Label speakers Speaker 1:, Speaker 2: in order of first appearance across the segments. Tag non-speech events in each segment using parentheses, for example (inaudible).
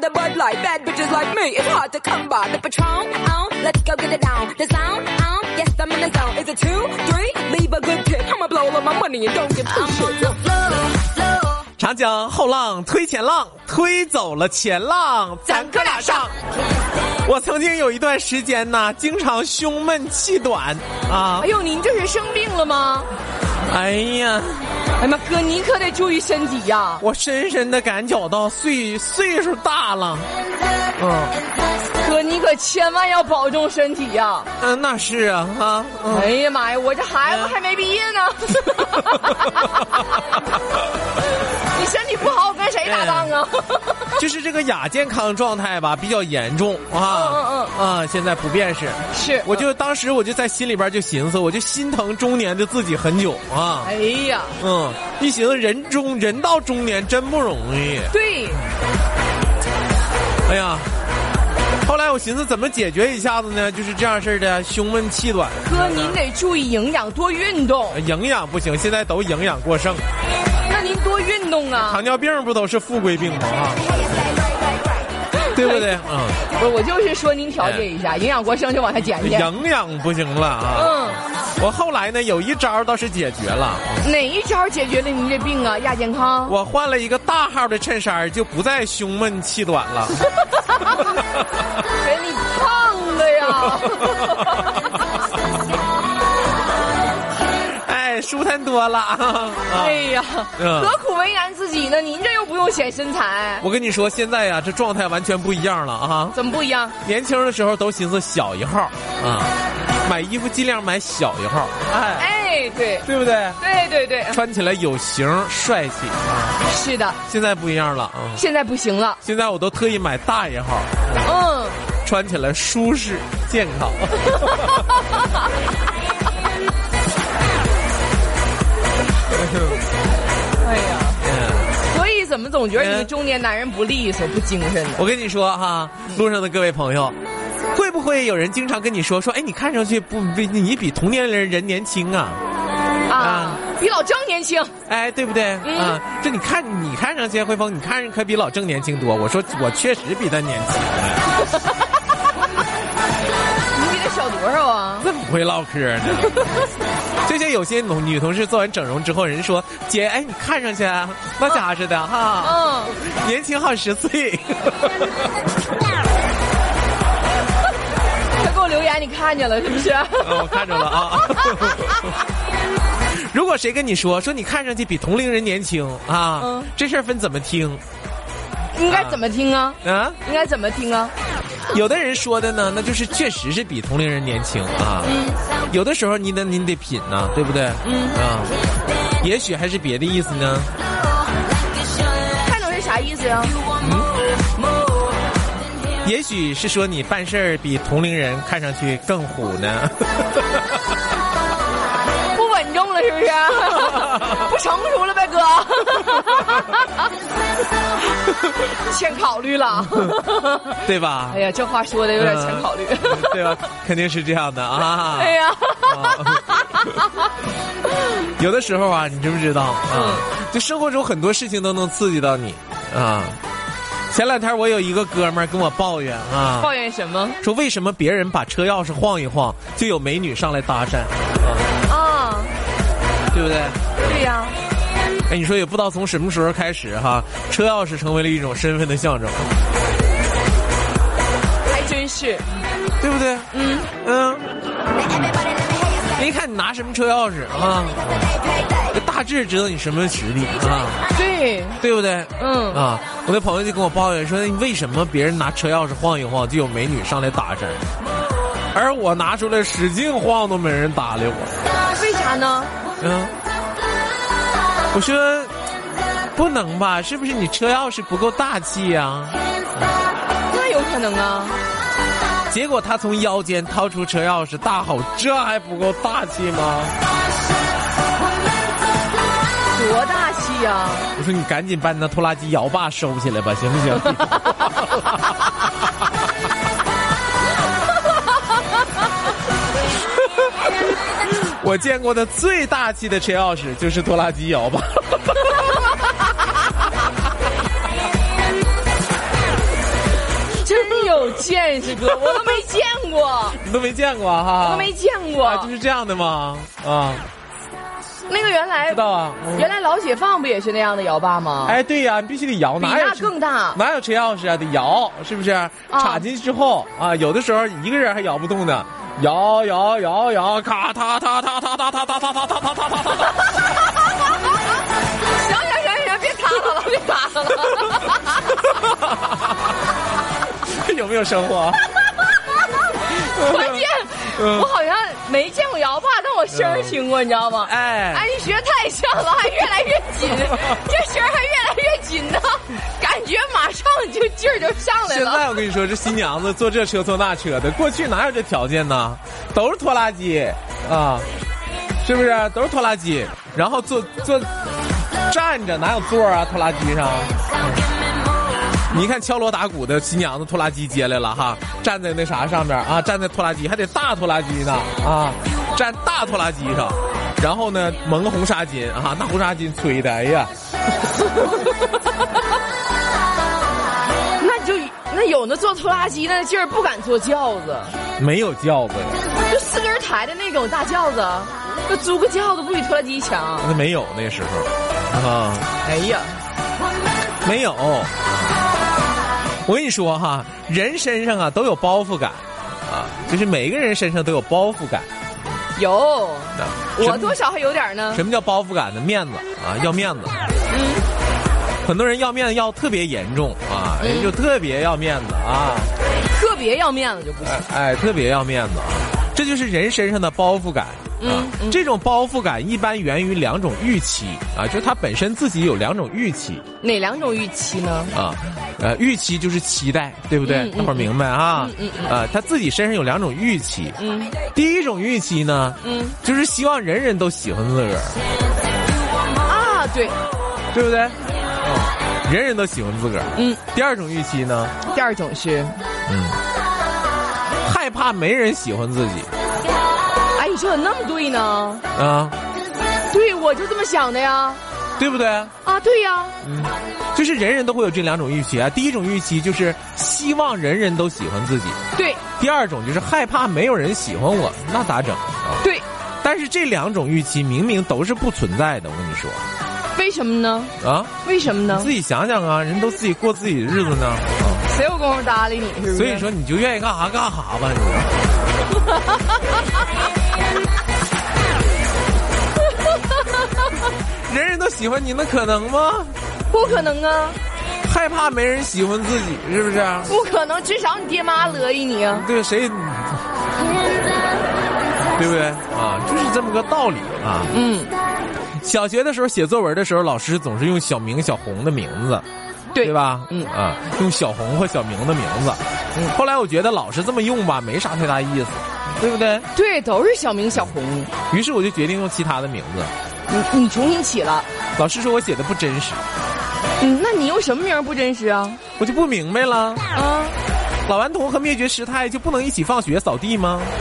Speaker 1: the bud light. Bad bitches like me, it's hard to come by. The patron, on, let's go get it down. The sound, on, yes, I'm in the zone. Is it two, three? Leave a good tip. I'ma blow all my money and don't give two shits.
Speaker 2: 长江后浪推前浪，推走了前浪，咱哥俩上。我曾经有一段时间呢，经常胸闷气短啊
Speaker 3: 哎，呦，您这是生病了吗？
Speaker 2: 哎呀，
Speaker 3: 哎呀妈，哥，您可得注意身体呀、
Speaker 2: 我深深的感觉到岁岁数大了。嗯
Speaker 3: 哥，你可千万要保重身体呀、
Speaker 2: 嗯，那是啊啊，嗯
Speaker 3: (laughs) 哎呀妈呀，我这孩子还没
Speaker 1: (laughs)
Speaker 3: 毕业呢。你身体不好，我跟谁搭档
Speaker 1: (laughs)
Speaker 3: 啊？
Speaker 2: 就是这个亚健康状态吧，比较严重啊
Speaker 3: 嗯
Speaker 2: 啊，现在普遍是。
Speaker 3: 是，
Speaker 2: 我就当时我就在心里边就寻思，我就心疼中年的自己很久啊，
Speaker 3: 哎呀，
Speaker 2: 嗯，一寻思人中人到中年真不容易，
Speaker 3: 对，
Speaker 2: 哎呀，后来我寻思怎么解决一下子呢？就是这样式儿的，胸闷气短，哎
Speaker 3: 哥您得注意营养，多运动。
Speaker 2: 营养不行，现在都营养过剩，
Speaker 3: 那您多运动啊！
Speaker 2: 糖尿病不都是富贵病吗？啊，对不对？嗯，
Speaker 3: 不是，我就是说您调节一下，营养过剩就往下减去。
Speaker 2: 营养不行了啊。
Speaker 3: 嗯，
Speaker 2: 我后来呢，有一招倒是解决了。
Speaker 3: 哪一招解决了您这病啊？亚健康？
Speaker 2: 我换了一个大号的衬衫，就不再胸闷气短了。
Speaker 3: 给你胖的呀！
Speaker 2: (laughs) 哎，舒坦多了啊！
Speaker 3: 哎呀，
Speaker 2: (laughs) 嗯
Speaker 3: 何苦为难自己呢？您这又不用显身材，
Speaker 2: 我跟你说，现在呀、这状态完全不一样了啊！
Speaker 3: 怎么不一样？
Speaker 2: 年轻的时候都寻思小一号啊，买衣服尽量买小一号，哎，
Speaker 3: 哎，对，
Speaker 2: 对不对？
Speaker 3: 对对对，
Speaker 2: 穿起来有型儿帅气啊！
Speaker 3: 是的，
Speaker 2: 现在不一样了啊！
Speaker 3: 现在不行了。
Speaker 2: 现在我都特意买大一号，
Speaker 3: 嗯，
Speaker 2: 穿起来舒适健康。
Speaker 3: 哎呀，
Speaker 2: 嗯
Speaker 3: 所以怎么总觉得你们中年男人不利索、不精神呢？
Speaker 2: 我跟你说哈、路上的各位朋友，会不会有人经常跟你说说，哎，你看上去不比你比同年龄人年轻啊？
Speaker 3: 啊，比老张年轻。
Speaker 2: 哎，对不对？啊，这你看你看上去辉峰，你看着可比老郑年轻多。我说我确实比他年轻，
Speaker 3: 你比他小多少啊？
Speaker 2: 这么会唠嗑 (laughs) 呢。就像有些女同事做完整容之后，人说姐，哎，你看上去啊那家似的哈，
Speaker 3: 嗯，
Speaker 2: 年轻好十 (laughs) 岁。
Speaker 3: 他给我留言，你看见了是不是？ (laughs)
Speaker 2: 啊我看着了啊。 (laughs) 如果谁跟你说说你看上去比同龄人年轻啊，
Speaker 3: 嗯
Speaker 2: 这事儿分怎么听
Speaker 3: 应该怎么听啊？
Speaker 2: 啊？
Speaker 3: 应该怎么听啊？
Speaker 2: 有的人说的呢，那就是确实是比同龄人年轻啊。有的时候你得你得品呐、对不对？嗯啊，也许还是别的意思呢。
Speaker 3: 看懂是啥意思呀、啊
Speaker 2: 也许是说你办事儿比同龄人看上去更虎呢。 (laughs)
Speaker 3: 不稳重了是不是？ (laughs) 不成熟了呗，哥。 (laughs) 欠考虑了。 (laughs)
Speaker 2: 对吧？
Speaker 3: 哎呀，这话说的有点欠考虑。 (laughs)
Speaker 2: 对吧？肯定是这样的啊。
Speaker 3: 哎呀，
Speaker 2: 有的时候啊，你知不知道
Speaker 3: 嗯
Speaker 2: 啊？就生活中很多事情都能刺激到你啊。前两天我有一个哥们儿跟我抱怨啊，
Speaker 3: 抱怨什么
Speaker 2: 说为什么别人把车钥匙晃一晃，就有美女上来搭讪，
Speaker 3: 啊？
Speaker 2: 对不对？
Speaker 3: 对呀、
Speaker 2: 哎，你说也不知道从什么时候开始哈，车钥匙成为了一种身份的象征，
Speaker 3: 还真是。
Speaker 2: 对不对？嗯嗯。一看你拿什么车钥匙啊，就大致知道你什么实力啊，
Speaker 3: 对，
Speaker 2: 对不对？
Speaker 3: 嗯，
Speaker 2: 啊，我那朋友就跟我抱怨说，为什么别人拿车钥匙晃一晃就有美女上来搭讪，而我拿出来使劲晃都没人搭理我。
Speaker 3: 为啥呢？
Speaker 2: 嗯，我说不能吧，是不是你车钥匙不够大气呀、
Speaker 3: 那有可能啊。
Speaker 2: 结果他从腰间掏出车钥匙，大吼：“这还不够大气吗
Speaker 3: 多大啊气呀、？”
Speaker 2: 我说：“你赶紧把你那拖拉机摇把收起来吧，行不 (laughs) 行？”我见过的最大气的车钥匙就是拖拉机摇把。 (laughs)
Speaker 3: 有见识，哥，我都没见
Speaker 2: (laughs)
Speaker 3: 过，
Speaker 2: 你都没见过啊哈，
Speaker 3: 我都没见过。
Speaker 2: 啊，就是这样的吗？啊，
Speaker 3: 那个原来
Speaker 2: 知道啊，嗯
Speaker 3: 原来老解放不也是那样的摇把吗？
Speaker 2: 哎，对呀、你必须得摇，
Speaker 3: 比
Speaker 2: 哪有
Speaker 3: 那
Speaker 2: 车
Speaker 3: 更大。
Speaker 2: 哪有车钥匙啊？得摇，是不是？插进去之后啊，有的时候一个人还摇不动呢，摇摇摇摇，咔嗒嗒嗒嗒嗒嗒嗒嗒嗒嗒嗒嗒嗒。
Speaker 3: 行行行行，别打他
Speaker 2: (laughs)
Speaker 3: 了，别打
Speaker 2: 嗯
Speaker 3: 他了。
Speaker 2: 有没有生活？
Speaker 3: 关键
Speaker 2: 嗯
Speaker 3: 我好像没见过摇把，但我声儿听过，你知道吗？
Speaker 2: 哎
Speaker 3: 哎，你学太像了，还越来越紧，这弦儿还越来越紧呢，感觉马上就劲儿就上来
Speaker 2: 现
Speaker 3: 了。
Speaker 2: 在我跟你说，这新娘子坐这车坐那车的，过去哪有这条件呢？都是拖拉机啊，是不是？都是拖拉机，然后坐坐站着哪有座啊？拖拉机上。你看敲锣打鼓的新娘子拖拉机接来了哈，站在那啥上面啊，站在拖拉机还得大拖拉机呢啊，站大拖拉机上，然后呢蒙个红纱巾啊，那红纱巾吹的，哎呀，
Speaker 3: 那就那有那坐拖拉机那劲儿不敢坐轿子，
Speaker 2: 没有轿子。
Speaker 3: 就四根儿抬的那种大轿子，就租个轿子不比拖拉机强？
Speaker 2: 那没有那时候啊，
Speaker 3: 哎呀，
Speaker 2: 没有。我跟你说哈，人身上啊都有包袱感啊，就是每个人身上都有包袱感。
Speaker 3: 有
Speaker 2: 啊什
Speaker 3: 我
Speaker 2: 么
Speaker 3: 多少还有点儿呢。
Speaker 2: 什么叫包袱感呢？面子啊，要面子。很多人要面子要特别严重啊，
Speaker 3: 嗯
Speaker 2: 人就特别要面子啊，
Speaker 3: 特别要面子就不行。
Speaker 2: 哎哎，特别要面子啊，这就是人身上的包袱感。啊
Speaker 3: 嗯嗯，
Speaker 2: 这种包袱感一般源于两种预期啊，就是他本身自己有两种预期。
Speaker 3: 哪两种预期呢？
Speaker 2: 啊，呃，预期就是期待，对不对
Speaker 3: 嗯？
Speaker 2: 大伙儿明白啊
Speaker 3: 嗯嗯？嗯
Speaker 2: 啊，他自己身上有两种预期，
Speaker 3: 嗯
Speaker 2: 第一种预期呢，
Speaker 3: 嗯
Speaker 2: 就是希望人人都喜欢自个儿，
Speaker 3: 啊，对，
Speaker 2: 对不对？哦人人都喜欢自个儿。
Speaker 3: 嗯。
Speaker 2: 第二种预期呢，嗯
Speaker 3: 第二种是，
Speaker 2: 害怕没人喜欢自己
Speaker 3: 哎，你说的那么对呢？
Speaker 2: 啊，
Speaker 3: 对，我就这么想的呀。
Speaker 2: 对不对？嗯
Speaker 3: 啊，对呀，
Speaker 2: 就是人人都会有这两种预期啊。第一种预期就是希望人人都喜欢自己，
Speaker 3: 对
Speaker 2: 第二种就是害怕没有人喜欢我，那咋整啊？
Speaker 3: 对，
Speaker 2: 但是这两种预期明明都是不存在的，我跟你说
Speaker 3: 为什么呢？
Speaker 2: 啊。
Speaker 3: 为什么
Speaker 2: 你
Speaker 3: 呢
Speaker 2: 自？己想想啊，人都自己过自己的日子呢，啊
Speaker 3: 谁有功夫搭理你？是不是？
Speaker 2: 所以，说你就愿意干啥干啥吧，你说。人人都喜欢你，那可能吗？
Speaker 3: 不可能啊，
Speaker 2: 害怕没人喜欢自己，是不是？
Speaker 3: 不可能，至少你爹妈乐意你啊。
Speaker 2: 对谁？对不对啊？就是这么个道理啊。
Speaker 3: 嗯，
Speaker 2: 小学的时候写作文的时候，老师总是用小明、小红的名字，
Speaker 3: 对
Speaker 2: 吧？
Speaker 3: 嗯
Speaker 2: 啊，用小红和小明的名字。嗯，后来我觉得老是这么用吧，没啥太大意思，对不对？
Speaker 3: 对，都是小明小红，
Speaker 2: 于是我就决定用其他的名字。
Speaker 3: 你你重新起了。
Speaker 2: 老师说我写的不真实，
Speaker 3: 嗯，那你用什么名儿不真实啊？
Speaker 2: 我就不明白了。
Speaker 3: 啊，
Speaker 2: 老顽童和灭绝师太就不能一起放学扫地吗？ (laughs)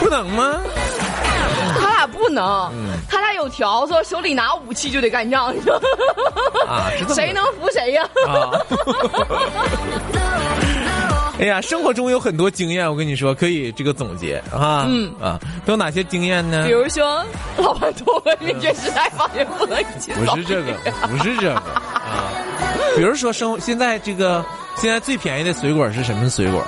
Speaker 2: 不能吗？嗯
Speaker 3: 他俩不能，他俩有条子，手里拿武器就得干仗。
Speaker 2: 啊是这么
Speaker 3: 谁能服谁呀、
Speaker 2: 啊！ (laughs) 哎呀，生活中有很多经验，我跟你说，可以这个总结啊。
Speaker 3: 嗯
Speaker 2: 啊，都有哪些经验呢
Speaker 3: 比？如说，老顽童和灭绝师太放学不能一起
Speaker 2: 不
Speaker 3: 走
Speaker 2: 是这
Speaker 3: (laughs)
Speaker 2: 个，不是这个啊。比如说生，现在这个现在最便宜的水果是什么水果？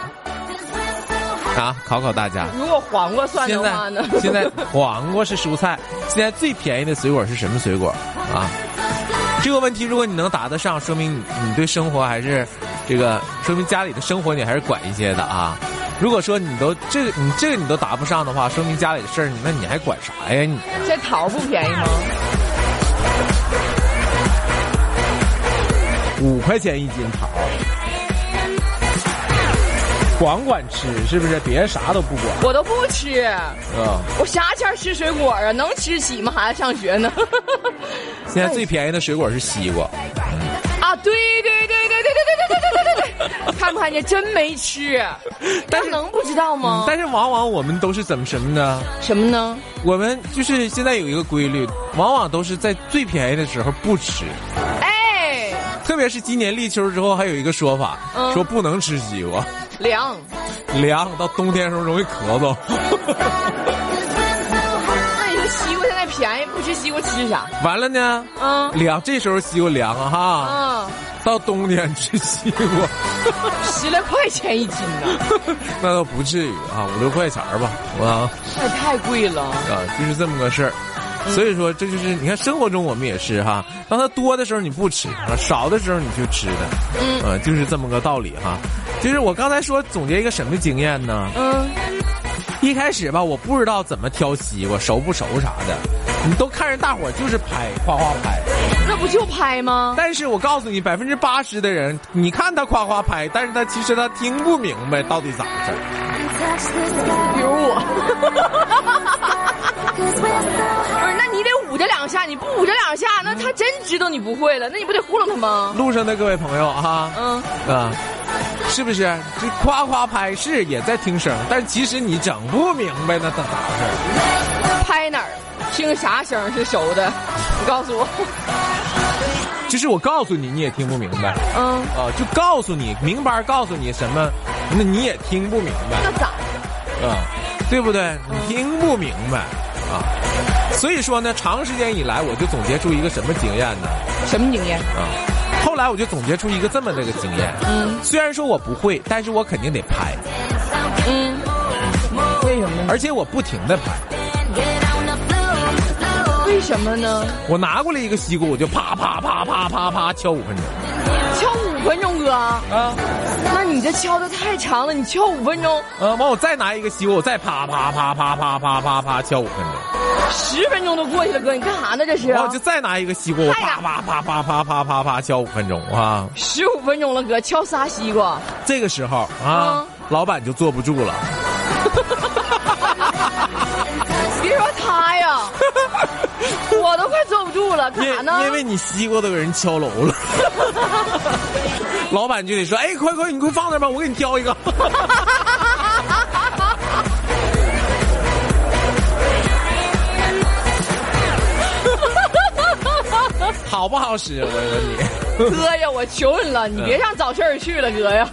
Speaker 2: 啊，考考大家。
Speaker 3: 如果黄瓜算
Speaker 2: 现
Speaker 3: 的话 (laughs) 呢？
Speaker 2: 在现在黄瓜是蔬菜，现在最便宜的水果是什么水果啊？这个问题如果你能答得上，说明你你对生活还是这个，说明家里的生活你还是管一些的啊。如果说你都这个你这个你都答不上的话，说明家里的事儿，那你还管啥呀你？
Speaker 3: (laughs) 这桃儿不便宜吗？
Speaker 2: 五块钱一斤桃，管管吃是不是？别啥都不管
Speaker 3: 我都不吃，
Speaker 2: 啊、
Speaker 3: 我啥钱儿吃水果啊？能吃起吗？孩子上学呢？
Speaker 2: 现在最便宜的水果是西瓜，
Speaker 3: 啊，对对对对对对对对对对对对，看不看见？真没吃，
Speaker 2: 但
Speaker 3: 这
Speaker 2: 是
Speaker 3: 能不知道吗？
Speaker 2: 但是往往我们都是怎么什么呢？
Speaker 3: 什么呢？
Speaker 2: 我们就是现在有一个规律，往往都是在最便宜的时候不吃，
Speaker 3: 哎，
Speaker 2: 特别是今年立秋之后，还有一个说法，
Speaker 3: 嗯
Speaker 2: 说不能吃西瓜，
Speaker 3: 凉，
Speaker 2: 凉到冬天的时候容易咳嗽。
Speaker 3: 那你说西瓜现在便宜，不吃西瓜吃啥？
Speaker 2: 完了呢，
Speaker 3: 嗯
Speaker 2: 凉这时候西瓜凉啊哈，
Speaker 3: 嗯，
Speaker 2: 到冬天吃西瓜，
Speaker 3: 十来块钱一斤呢，
Speaker 2: 那倒不至于啊，五六块钱儿吧，啊
Speaker 3: 那也太贵了。
Speaker 2: 啊，就是这么个事儿。所以说，这就是你看生活中我们也是哈，当它多的时候你不吃啊，少的时候你就吃的，嗯、就是这么个道理哈。就是我刚才说总结一个什么经验呢？
Speaker 3: 嗯，
Speaker 2: 一开始吧，我不知道怎么挑西瓜，熟不熟啥的，你都看着大伙儿就是拍，夸夸拍。
Speaker 3: 那不就拍吗？
Speaker 2: 但是我告诉你，百分之八十的人，你看他夸夸拍，但是他其实他听不明白到底咋回事儿。
Speaker 3: 比如我，不是，那你得捂着两下，你不捂着两下，那他真知道你不会了，那你不得糊弄他吗？
Speaker 2: 路上的各位朋友啊，
Speaker 3: 嗯，
Speaker 2: 啊，是不是？这夸夸拍是也在听声，但其实你整不明白那他咋回事儿。
Speaker 3: 拍哪儿，听啥声是熟的，你告诉我。
Speaker 2: 就是我告诉你，你也听不明白
Speaker 3: 嗯，
Speaker 2: 啊，就告诉你，明白告诉你什么，那你也听不明白。
Speaker 3: 那咋？
Speaker 2: 啊，对不对？你听不明白啊。所以说呢，长时间以来我就总结出一个什么经验呢？
Speaker 3: 什么经验？
Speaker 2: 啊，后来我就总结出一个这么的个经验。
Speaker 3: 嗯
Speaker 2: 虽然说我不会，但是我肯定得拍，
Speaker 3: 嗯，为什么呢？
Speaker 2: 而且我不停的拍。
Speaker 3: 为什么呢？
Speaker 2: 我拿过来一个西瓜，我就啪啪啪啪啪啪敲五分钟
Speaker 3: 敲五分钟哥，
Speaker 2: 啊
Speaker 3: 那你这敲的太长了，你敲五分钟，
Speaker 2: 啊！完、我再拿一个西瓜，我再啪啪啪啪啪啪啪啪敲五分钟，
Speaker 3: 十分钟都过去了，哥，你干啥呢？这是、
Speaker 2: 完我就再拿一个西瓜，我啪啪啪啪啪啪啪啪敲五分钟啊！
Speaker 3: 十五分钟了，哥，敲仨西瓜，
Speaker 2: 这个时候啊，老板就坐不住了。
Speaker 3: 别说
Speaker 2: (laughs)
Speaker 3: 他呀，我都快坐不住了，干
Speaker 2: 因
Speaker 3: 啥呢？
Speaker 2: 因为你西瓜都有人敲楼
Speaker 3: (laughs)
Speaker 2: 了，老板就得说：“哎，快快，你快放那儿吧，我给你挑一
Speaker 3: (laughs)
Speaker 2: 个。”好不好使？我问
Speaker 3: 哥呀，我求你了，你
Speaker 2: 嗯
Speaker 3: 别上早市儿去了，
Speaker 2: (laughs)
Speaker 3: 哥呀，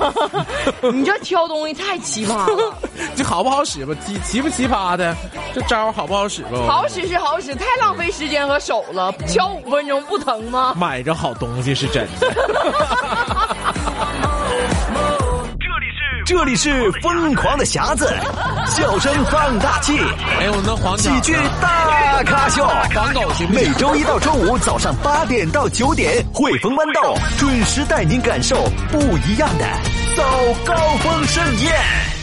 Speaker 3: 你这挑东西太奇葩了。
Speaker 2: 你，这好不好使吧？奇奇不奇葩的，这招儿好不好使吧？
Speaker 3: 好使是好使，太浪费时间和手了。敲五分钟不疼吗？
Speaker 2: 买着好东西是真
Speaker 3: (laughs)
Speaker 2: 的。
Speaker 4: 这里是疯狂的匣子，笑声放大器，
Speaker 2: 哎，我那黄
Speaker 4: 喜
Speaker 2: 鸟
Speaker 4: 剧大咖秀。
Speaker 2: 黄狗行不行
Speaker 4: 每周一到周五早上八点到九点，汇丰豌豆准时带您感受不一样的早高峰盛宴。